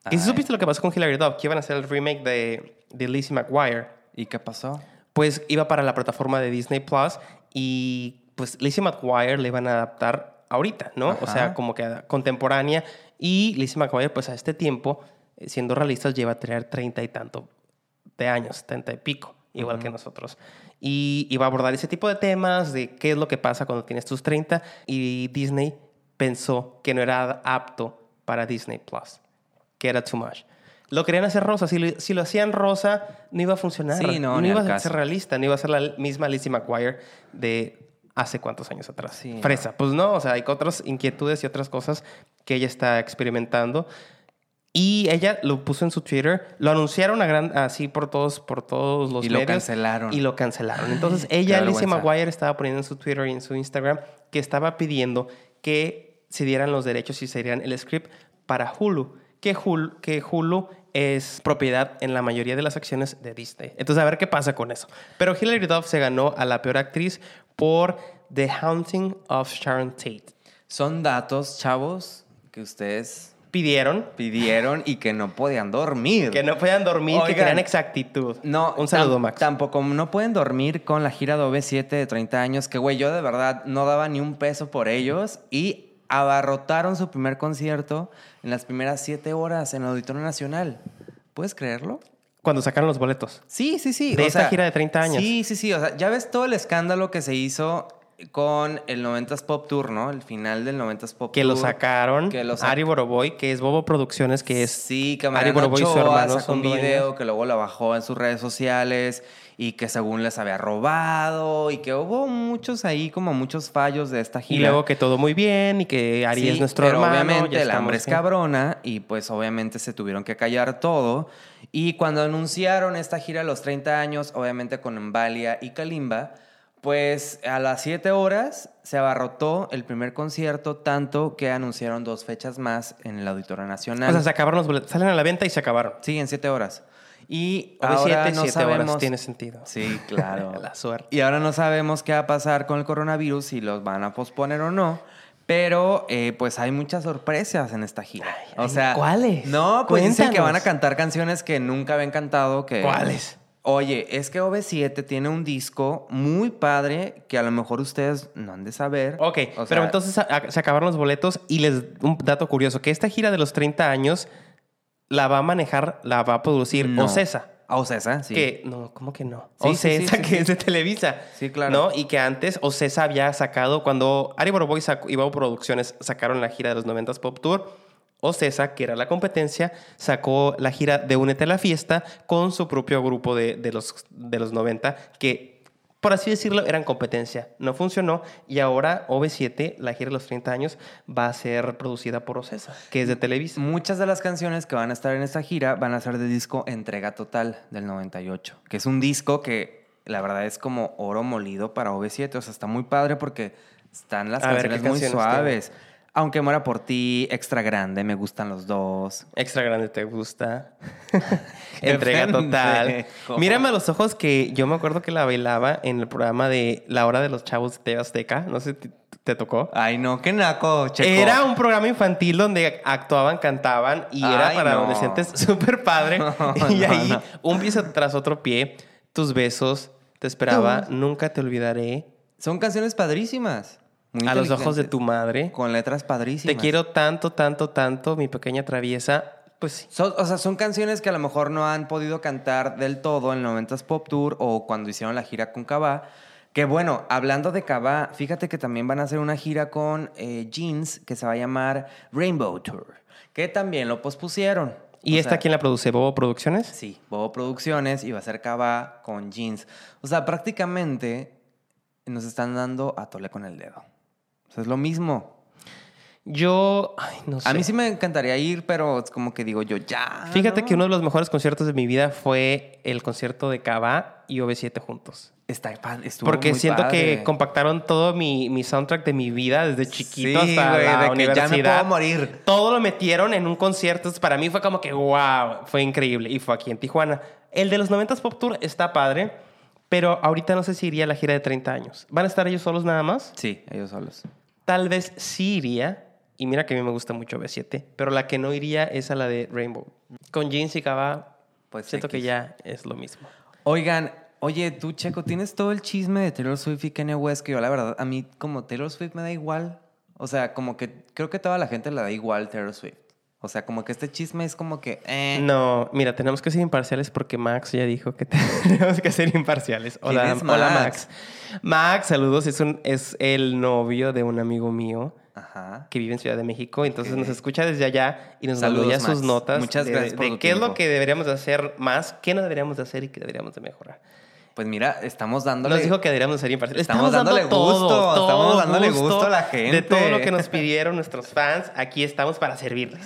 ¿Y si Ay. supiste lo que pasó con Hilary Duff? Que iban a hacer el remake de, de Lizzie McGuire. ¿Y qué pasó? Pues iba para la plataforma de Disney Plus y pues Lizzie McGuire le iban a adaptar ahorita, ¿no? O Ajá. sea, como que contemporánea. Y Lizzie McGuire, pues a este tiempo, eh, siendo realistas, lleva a tener treinta y tanto de años, treinta y pico, igual que nosotros. Y iba a abordar ese tipo de temas, de qué es lo que pasa cuando tienes tus 30. Y Disney pensó que no era apto para Disney Plus, que era too much. Lo querían hacer rosa. Si lo, si lo hacían rosa, no iba a funcionar. Sí, no, ni iba al a caso. ser realista, no iba a ser la misma Lizzie McGuire de hace cuántos años atrás. Sí, no. Fresa. Pues no, o sea, hay otras inquietudes y otras cosas que ella está experimentando. Y ella lo puso en su Twitter, lo anunciaron a gran- así por todos, por todos los Y lo medios. cancelaron. Y lo cancelaron. Entonces ella, Qué Lizzie vergüenza. McGuire, estaba poniendo en su Twitter y en su Instagram que estaba pidiendo que se dieran los derechos y se dieran el script para Hulu, que Hulu, que Hulu es propiedad en la mayoría de las acciones de Disney. Entonces a ver qué pasa con eso. Pero Hilary Duff se ganó a la peor actriz por The Haunting of Sharon Tate. Son datos, chavos, que ustedes Pidieron pidieron y que no podían dormir. que no podían dormir, que Oigan. querían exactitud. No, un saludo, tam- Max. Tampoco no pueden dormir con la gira de OV7 de 30 años, que güey, yo de verdad no daba ni un peso por ellos y abarrotaron su primer concierto en las primeras 7 horas en el Auditorio Nacional. ¿Puedes creerlo? Cuando sacaron los boletos. Sí, sí, sí. De esa gira de 30 años. Sí, sí, sí. O sea, ya ves todo el escándalo que se hizo con el 90s Pop Tour, ¿no? El final del 90s Pop Que Tour. lo sacaron. Que lo sac- Ari Boroboy, que es Bobo Producciones, que es Sí, Ari Camarón Boroboy y su hermano sacó un son dueños. video que luego la bajó en sus redes sociales y que según les había robado y que hubo muchos ahí como muchos fallos de esta Y gira. luego que todo muy bien y que Ari Sí, es nuestro pero hermano. Obviamente ya el hambre es estamos bien. cabrona y pues obviamente se tuvieron que callar todo. Y cuando anunciaron esta gira a los 30 años, obviamente con Embalia y Kalimba, pues a las 7 horas se abarrotó el primer concierto, tanto que anunciaron dos fechas más en el Auditorio Nacional. O sea, se acabaron los boletos. Salen a la venta y se acabaron. Sí, en siete horas. Y O de ahora siete, no siete sabemos... horas tiene sentido. Sí, claro. La suerte. y ahora no sabemos qué va a pasar con el coronavirus, si los van a posponer o no. Pero, eh, pues, hay muchas sorpresas en esta gira. ay, o sea, ¿cuáles? No, pues dicen que Cuéntanos. van a cantar canciones que nunca habían cantado. Que, ¿Cuáles? Oye, es que OV7 tiene un disco muy padre que a lo mejor ustedes no han de saber. Ok, O pero sea, entonces a- a- se acabaron los boletos y les un dato curioso, que esta gira de los 30 años la va a manejar, la va a producir no. Ocesa. Ah, Ocesa, sí. Que, no, ¿cómo que no? Sí, sí, Ocesa, sí, sí, que sí. es de Televisa. Sí, claro. ¿No? Y que antes Ocesa había sacado, cuando Ari Boroboy sacó- y Babo Producciones sacaron la gira de los 90s Pop Tour, Ocesa, que era la competencia, sacó la gira de Únete a la Fiesta con su propio grupo de, de los, de los 90, que, por así decirlo, eran competencia. No funcionó y ahora OV7, la gira de los 30 años, va a ser producida por Ocesa, que es de Televisa. Muchas de las canciones que van a estar en esta gira van a ser de disco Entrega Total del 98, que es un disco que la verdad es como oro molido para OV7, o sea, está muy padre porque están las A ver, ¿qué canciones muy canciones suaves. Aunque muera por ti, extra grande, me gustan los dos. Extra grande te gusta. Entrega total. Pendejo. Mírame a los ojos que yo me acuerdo que la bailaba en el programa de La Hora de los Chavos de TV Azteca. No sé si te- te tocó. Ay, no, qué naco, checo. Era un programa infantil donde actuaban, cantaban y era Ay, para no. adolescentes súper padre. No, y no, ahí, no. un pie tras otro pie, tus besos, te esperaba, nunca te olvidaré. Son canciones padrísimas. muy a los ojos de tu inteligentes, madre. Con letras padrísimas. Te quiero tanto, tanto, tanto, mi pequeña traviesa. Pues sí. Son- o sea, son canciones que a lo mejor no han podido cantar del todo en el 90s Pop Tour o cuando hicieron la gira con Cabá. Que bueno, hablando de Cabá, fíjate que también van a hacer una gira con eh, Jeans que se va a llamar Rainbow Tour, que también lo pospusieron. ¿Y O esta sea, quién la produce? ¿Bobo Producciones? Sí, Bobo Producciones y va a ser Cabá con Jeans. O sea, prácticamente nos están dando a tole con el dedo. O sea, es lo mismo. Yo, ay, no sé. A mí sí me encantaría ir, pero es como que digo yo, ya. Fíjate Ah, ¿no? que uno de los mejores conciertos de mi vida fue el concierto de Cava y OV7 juntos. Está, pa- estuvo Porque muy siento que padre. compactaron todo mi, mi soundtrack de mi vida desde chiquito Sí, hasta güey, la de que ya universidad. me puedo morir. Todo lo metieron en un concierto. Entonces, para mí fue como que, wow, fue increíble. Y fue aquí en Tijuana. El de los 90s Pop Tour está padre, pero ahorita no sé si iría a la gira de 30 años. ¿Van a estar ellos solos nada más? Sí, ellos solos. Tal vez sí iría, Y mira que a mí me gusta mucho B7, pero la que no iría es a la de Rainbow. Con jeans y cava, Pues, siento que X. ya es lo mismo. Oigan, oye, tú, Checo, tienes todo el chisme de Taylor Swift y Kanye West, que yo la verdad, a mí como Taylor Swift me da igual. O sea, como que creo que toda la gente le da igual Taylor Swift. O sea, como que este chisme es como que... eh. No, mira, tenemos que ser imparciales porque Max ya dijo que tenemos que ser imparciales. ¿Quién Hola, es hola Max? Max. Max, saludos, es, un, es el novio de un amigo mío Ajá. que vive en Ciudad de México, entonces Ok. nos escucha desde allá y nos Saludos, saluda ya sus Max. notas Muchas de, gracias por de tu qué es lo tiempo. que deberíamos de hacer más, qué no deberíamos de hacer y qué deberíamos de mejorar. Pues mira, estamos dándole... Nos dijo que deberíamos ser imparciales. Estamos dándole gusto, estamos dándole gusto a la De gente. todo lo que nos pidieron nuestros fans, aquí estamos para servirles.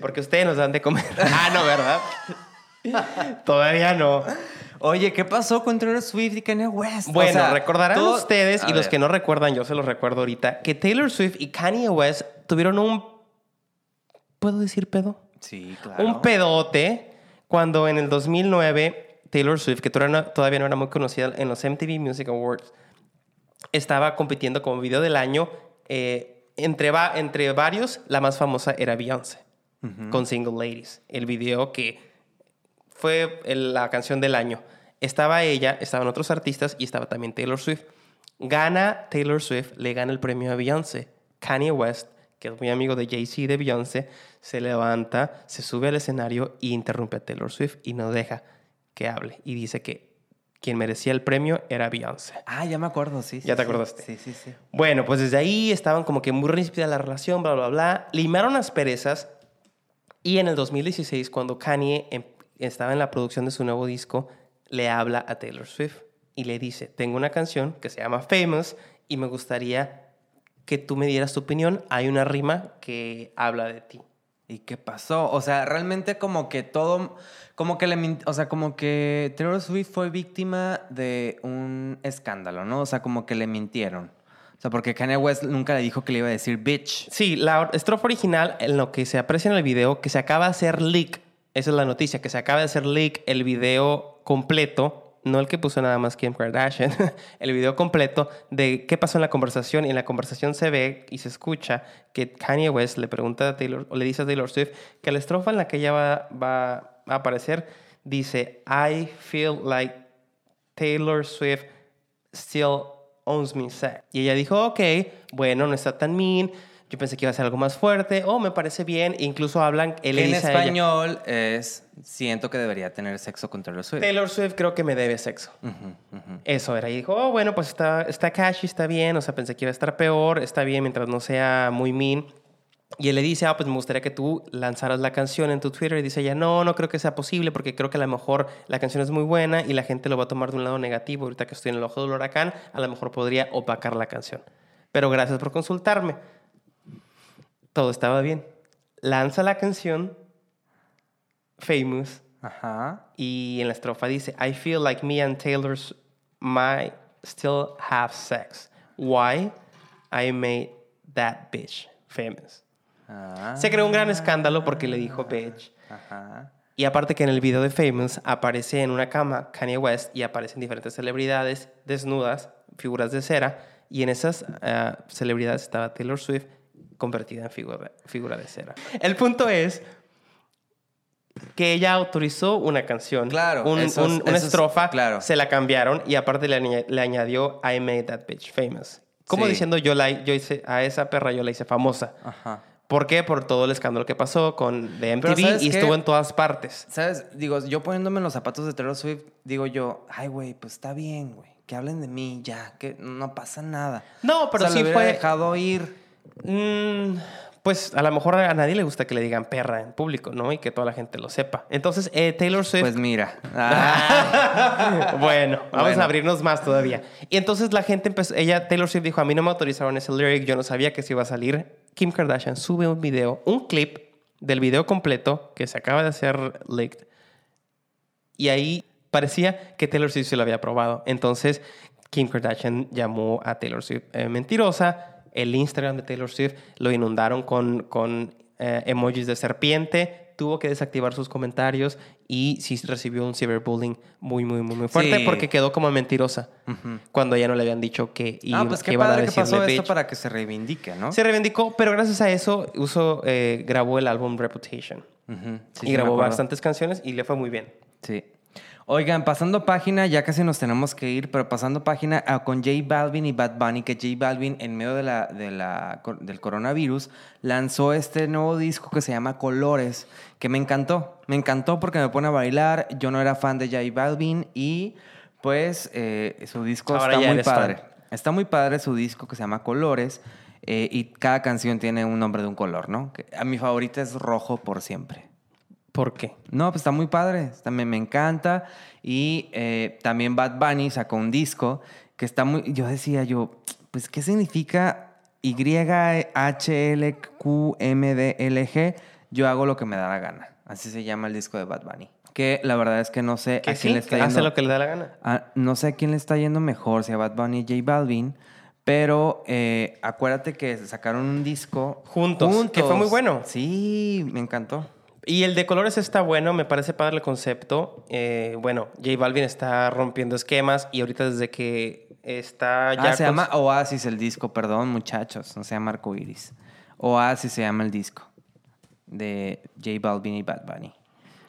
Porque ustedes nos dan de comer. Ah, no, ¿verdad? Todavía no. Oye, ¿qué pasó con Taylor Swift y Kanye West? O Bueno, sea, recordarán todo- ustedes y A los ver. que no recuerdan, yo se los recuerdo ahorita, que Taylor Swift y Kanye West tuvieron un. ¿Puedo decir pedo? Sí, claro. un pedote cuando en el 2009 Taylor Swift, que todavía no- todavía no era muy conocida en los MTV Music Awards, estaba compitiendo como video del año. eh, entre, va- entre varios, la más famosa era Beyoncé, con Single Ladies, el video que fue el- la canción del año. Estaba ella, estaban otros artistas y estaba también Taylor Swift. Gana Taylor Swift, le gana el premio a Beyoncé. Kanye West, que es muy amigo de Jay-Z y de Beyoncé, se levanta, se sube al escenario y interrumpe a Taylor Swift y no deja que hable. Y dice que quien merecía el premio era Beyoncé. Ah, ya me acuerdo, sí. sí, Ya te sí. acordaste. Sí, sí, sí. Bueno, pues desde ahí estaban como que muy ríspida la relación, bla, bla, bla. Limaron las perezas. Y en el 2016, cuando Kanye em- estaba en la producción de su nuevo disco, le habla a Taylor Swift y le dice, tengo una canción que se llama Famous y me gustaría que tú me dieras tu opinión. Hay una rima que habla de ti. ¿Y qué pasó? O sea, realmente como que todo, como que le, min- o sea, como que Taylor Swift fue víctima de un escándalo, ¿no? O sea, como que le mintieron. O sea, porque Kanye West nunca le dijo que le iba a decir bitch. Sí, la or- estrofa original, en lo que se aprecia en el video, que se acaba de hacer leak. Esa es la noticia, que se acaba de hacer leak el video completo, no el que puso nada más Kim Kardashian, el video completo de qué pasó en la conversación. Y en la conversación se ve y se escucha que Kanye West le pregunta a Taylor, o le dice a Taylor Swift, que la estrofa en la que ella va, va a aparecer dice: I feel like Taylor Swift still owns me sex. Y ella dijo, ok, bueno, no está tan mean. Yo pensé que iba a ser algo más fuerte. Oh, me parece bien. Incluso hablan, él le en dice a ella, español es, siento que debería tener sexo con Taylor Swift. Taylor Swift creo que me debe sexo. Ujú, ujú. Eso era. Y dijo, oh, bueno, pues está, está cashy, está bien. O sea, pensé que iba a estar peor. Está bien mientras no sea muy mean. Y él le dice, ah, pues me gustaría que tú lanzaras la canción en tu Twitter. Y dice ella, no, no creo que sea posible porque creo que a lo mejor la canción es muy buena y la gente lo va a tomar de un lado negativo. Ahorita que estoy en el ojo del huracán, a lo mejor podría opacar la canción. Pero gracias por consultarme. Todo estaba bien. Lanza la canción, Famous, Ajá. y en la estrofa dice, I feel like me and Taylor s- might still have sex. Why? I made that bitch famous. Ah, Se creó un gran escándalo porque le dijo bitch. Ajá. Y aparte que en el video de Famous aparece en una cama Kanye West y aparecen diferentes celebridades desnudas, figuras de cera, y en esas ah, celebridades estaba Taylor Swift convertida en figura, figura de cera. El punto es que ella autorizó una canción, Claro, un- eso es- un- una eso es- estrofa, claro. se la cambiaron y aparte le, aña- le añadió I made that bitch famous. Como Sí. diciendo yo, la, yo hice a esa perra yo la hice famosa. Ajá. ¿Por qué? Por todo el escándalo que pasó con de Pero MTV ¿sabes y qué? estuvo en todas partes. ¿Sabes? Digo, yo poniéndome en los zapatos de Taylor Swift, digo yo, ay, güey, pues está bien, güey. Que hablen de mí ya, que no pasa nada. No, pero O sea, lo sí hubiera fue. dejado ir. Mm, pues a lo mejor a nadie le gusta que le digan perra en público, ¿no? Y que toda la gente lo sepa. Entonces, eh, Taylor Swift. Pues mira. Ah. bueno, vamos Pues, Bueno. a abrirnos más todavía. Y entonces la gente empezó. Ella, Taylor Swift dijo: A mí no me autorizaron ese lyric, yo no sabía que se iba a salir. Kim Kardashian sube un video, un clip del video completo que se acaba de hacer leaked. Y ahí parecía que Taylor Swift se lo había probado. Entonces, Kim Kardashian llamó a Taylor Swift eh, mentirosa. El Instagram de Taylor Swift lo inundaron con, con eh, emojis de serpiente. tuvo que desactivar sus comentarios y sí recibió un cyberbullying muy, muy, muy, muy fuerte Sí. porque quedó como mentirosa cuando ya no le habían dicho que, y ah, pues qué iban a padre que decirle pasó esto bitch. para que se reivindique, ¿no? Se reivindicó, pero gracias a eso usó, eh, grabó el álbum Reputation. Ujú, sí, sí, y me grabó acuerdo. bastantes canciones y le fue muy bien. Sí. Oigan, pasando página, ya casi nos tenemos que ir, pero pasando página ah, con J Balvin y Bad Bunny, que J Balvin en medio de la, de la, cor- del coronavirus lanzó este nuevo disco que se llama Colores, que me encantó, me encantó porque me pone a bailar, yo no era fan de J Balvin y pues eh, su disco Ahora ya está muy eres fan. padre. Está muy padre su disco que se llama Colores eh, y cada canción tiene un nombre de un color, ¿no? Que- a mi favorita es Rojo por siempre. ¿Por qué? No, pues está muy padre, también me encanta. Y eh, también Bad Bunny sacó un disco que está muy... Yo decía yo, pues, ¿qué significa YHLQMDLG? Yo hago lo que me da la gana. Así se llama el disco de Bad Bunny. Que la verdad es que no sé a Que quién sí, le está que hace yendo- lo que le da la gana. a- no sé a quién le está yendo mejor, si a Bad Bunny o J Balvin, pero eh, acuérdate que sacaron un disco Juntos, que fue muy bueno. Sí, me encantó. Y el de colores está bueno, me parece padre el concepto. Eh, bueno, J Balvin está rompiendo esquemas y ahorita desde que está Ah, ya... se con- llama Oasis el disco, perdón, muchachos. No se llama Arco Iris. Oasis se llama el disco de J Balvin y Bad Bunny.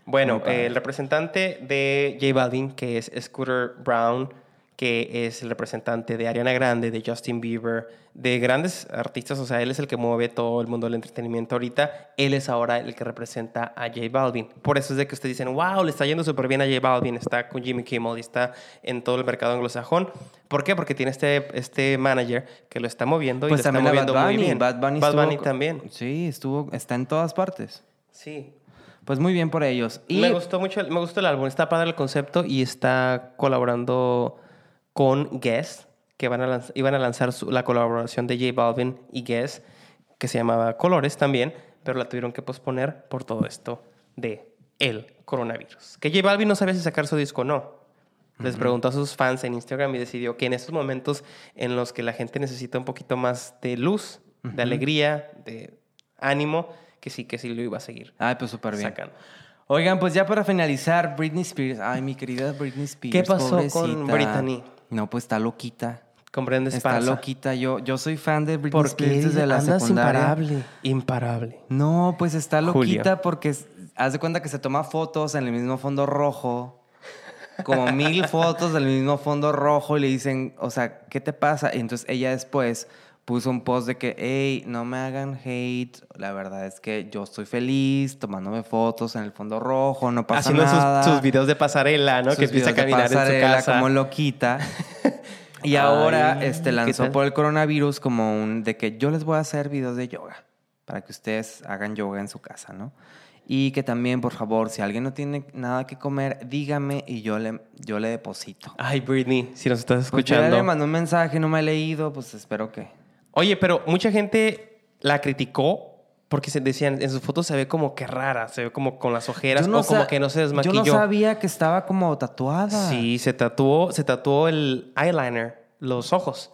Bueno, Muy padre. eh, el representante de J Balvin, que es Scooter Brown, que es el representante de Ariana Grande, de Justin Bieber, de grandes artistas, o sea, él es el que mueve todo el mundo del entretenimiento ahorita, él es ahora el que representa a J Balvin. Por eso es de que ustedes dicen, wow, le está yendo súper bien a J Balvin, está con Jimmy Kimmel y está en todo el mercado anglosajón. ¿Por qué? Porque tiene este, este manager que lo está moviendo y Pues lo está también a moviendo Bad muy Bunny. bien. Bad Bunny, estuvo- también. Sí, estuvo, está en todas partes. Sí, Pues muy bien por ellos. Y Me gustó mucho, el- me gustó el álbum, está padre el concepto y está colaborando con Guess, que van a lanz- iban a lanzar su- la colaboración de J Balvin y Guess, que se llamaba Colores también, pero la tuvieron que posponer por todo esto de el coronavirus. Que J Balvin no sabía si sacar su disco o no. Les preguntó a sus fans en Instagram y decidió que en estos momentos en los que la gente necesita un poquito más de luz, de alegría, de ánimo, que sí, que sí lo iba a seguir Ay, pues súper bien. sacando. Oigan, pues ya para finalizar, Britney Spears. Ay, mi querida Britney Spears. ¿Qué pasó con pobrecita. Britney? No, pues está loquita. Comprendes, Está Panza? loquita. Yo, yo soy fan de Britney Porque Spears desde la andas secundaria. imparable. Imparable. No, pues está Julio. loquita porque s- haz de cuenta que se toma fotos en el mismo fondo rojo. Como mil fotos del mismo fondo rojo y le dicen, o sea, ¿qué te pasa? Y entonces ella después puso un post de que, hey, no me hagan hate. La verdad es que yo estoy feliz tomándome fotos en el fondo rojo, no pasa Haciendo nada. sus, sus videos de pasarela, ¿no? Sus que empieza a videos de caminar en su pasarela casa. como loquita. Y ahora Ay, este, ¿qué lanzó tal? por el coronavirus como un de que yo les voy a hacer videos de yoga para que ustedes hagan yoga en su casa, ¿no? Y que también, por favor, si alguien no tiene nada que comer, dígame y yo le, yo le deposito. Ay, Britney, si nos estás Pues yo ya escuchando. le mandó un mensaje, no me ha leído, pues espero que. Oye, pero mucha gente la criticó porque se decían, en sus fotos se ve como que rara, se ve como con las ojeras Yo no o como sa- que no se desmaquilló. Yo no sabía que estaba como tatuada. Sí, se tatuó, se tatuó el eyeliner, los ojos.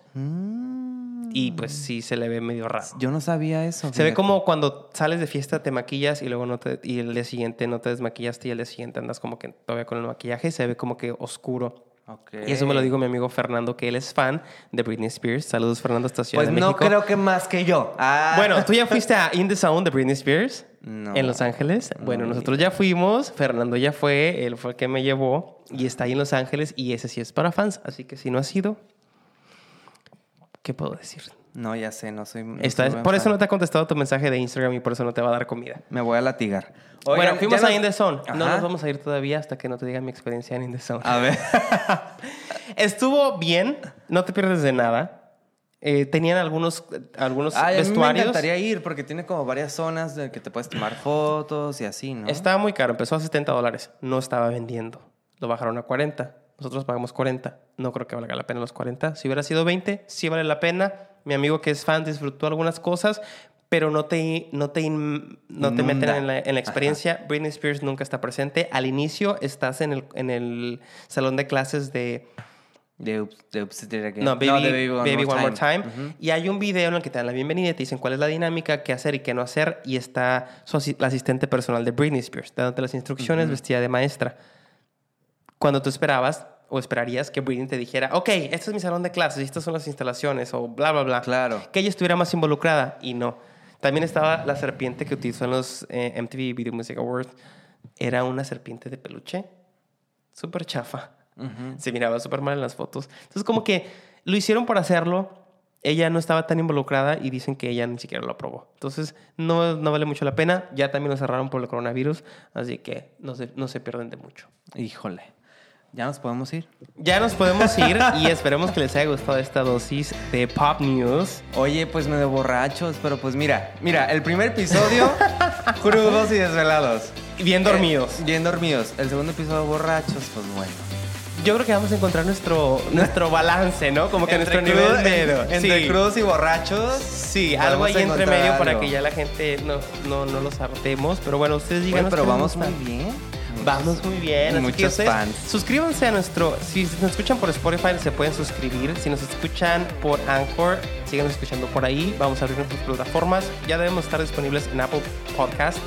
Y pues sí, se le ve medio raro. Mm. Yo no sabía eso. Se ve fíjate. como cuando sales de fiesta, te maquillas y luego no te, y el día siguiente no te desmaquillaste y el día siguiente andas como que todavía con el maquillaje y se ve como que oscuro. Ok. Y eso me lo dijo mi amigo Fernando, que él es fan de Britney Spears. Saludos, Fernando, hasta Ciudad Pues de no México. creo que más que yo. Ah. Bueno, tú ya fuiste a In the Sound de Britney Spears No. en Los Ángeles. Bueno, nosotros ya fuimos, Fernando ya fue, él fue el que me llevó y está ahí en Los Ángeles y ese sí es para fans. Así que si no has ido, ¿qué puedo decir? No, ya sé, no soy. no Esta soy es- buen por fan. eso no te ha contestado tu mensaje de Instagram y por eso no te va a dar comida. Me voy a latigar. bueno, fuimos a In The Zone. Indezón. No nos vamos a ir todavía hasta que no te diga mi experiencia en In The Zone. A ver. Estuvo bien, no te pierdes de nada. Eh, tenían algunos, algunos Ay, a mí me vestuarios. encantaría ir porque tiene como varias zonas de que te puedes tomar fotos y así, ¿no? Estaba muy caro, empezó a 70 dólares. No estaba vendiendo. Lo bajaron a 40. Nosotros pagamos 40. No creo que valga la pena los 40. Si hubiera sido 20, sí vale la pena. Mi amigo que es fan disfrutó algunas cosas, pero no te, no te, in- no te Inunda. meten en la, en la Ajá. experiencia. Britney Spears nunca está presente. Al inicio estás en el, en el salón de clases de, De Oops- de Oops, Did It Again. No, Baby, de Baby One, More Time. Ujú. Y hay un video en el que te dan la bienvenida y te dicen cuál es la dinámica, qué hacer y qué no hacer. Y está su asi- la asistente personal de Britney Spears, dándote las instrucciones vestida de maestra. Cuando tú esperabas o esperarías que Britney te dijera, ok, este es mi salón de clases, y estas son las instalaciones o bla, bla, bla. Claro. Que ella estuviera más involucrada y no. También estaba la serpiente que utilizó en los eh, MTV Video Music Awards. Era una serpiente de peluche. Súper chafa Ujú. se miraba súper mal en las fotos. Entonces, como que lo hicieron por hacerlo. Ella no estaba tan involucrada y dicen que ella ni siquiera lo aprobó. Entonces, no, no vale mucho la pena. Ya también lo cerraron por el coronavirus, así que no se, no se pierden de mucho. Híjole. ¿Ya nos podemos ir? Ya nos podemos ir y esperemos que les haya gustado esta dosis de Pop News. Oye, pues medio borrachos, pero pues mira, mira, el primer episodio, crudos y desvelados. Bien dormidos. Eh, bien dormidos. El segundo episodio, borrachos, pues bueno. Yo creo que vamos a encontrar nuestro, nuestro balance, ¿no? Como que nuestro crudo- nivel medio. en- entre Sí. crudos y borrachos. Sí, Vamos algo a ahí entre encontrar medio para algo. que ya la gente no, no, no los hartemos. Pero bueno, ustedes Oye, díganos. pero qué les vamos gusta. muy bien. Vamos muy bien. Así que Muchos ustedes fans. Suscríbanse a nuestro. Si nos escuchan por Spotify, se pueden suscribir. Si nos escuchan por Anchor, síganos escuchando por ahí. Vamos a abrir nuestras plataformas. Ya debemos estar disponibles en Apple Podcast.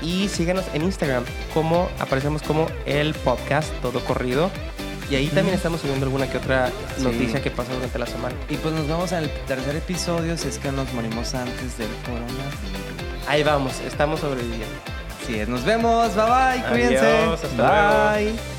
Y síganos en Instagram. Como aparecemos como el podcast todo corrido. Y ahí también estamos subiendo alguna que otra Sí. noticia que pasó durante la semana. Y pues nos vemos en el tercer episodio si es que nos morimos antes del coronavirus. Ahí vamos, estamos sobreviviendo. Así es, nos vemos. Bye bye, cuídense. Adiós, hasta luego. bye.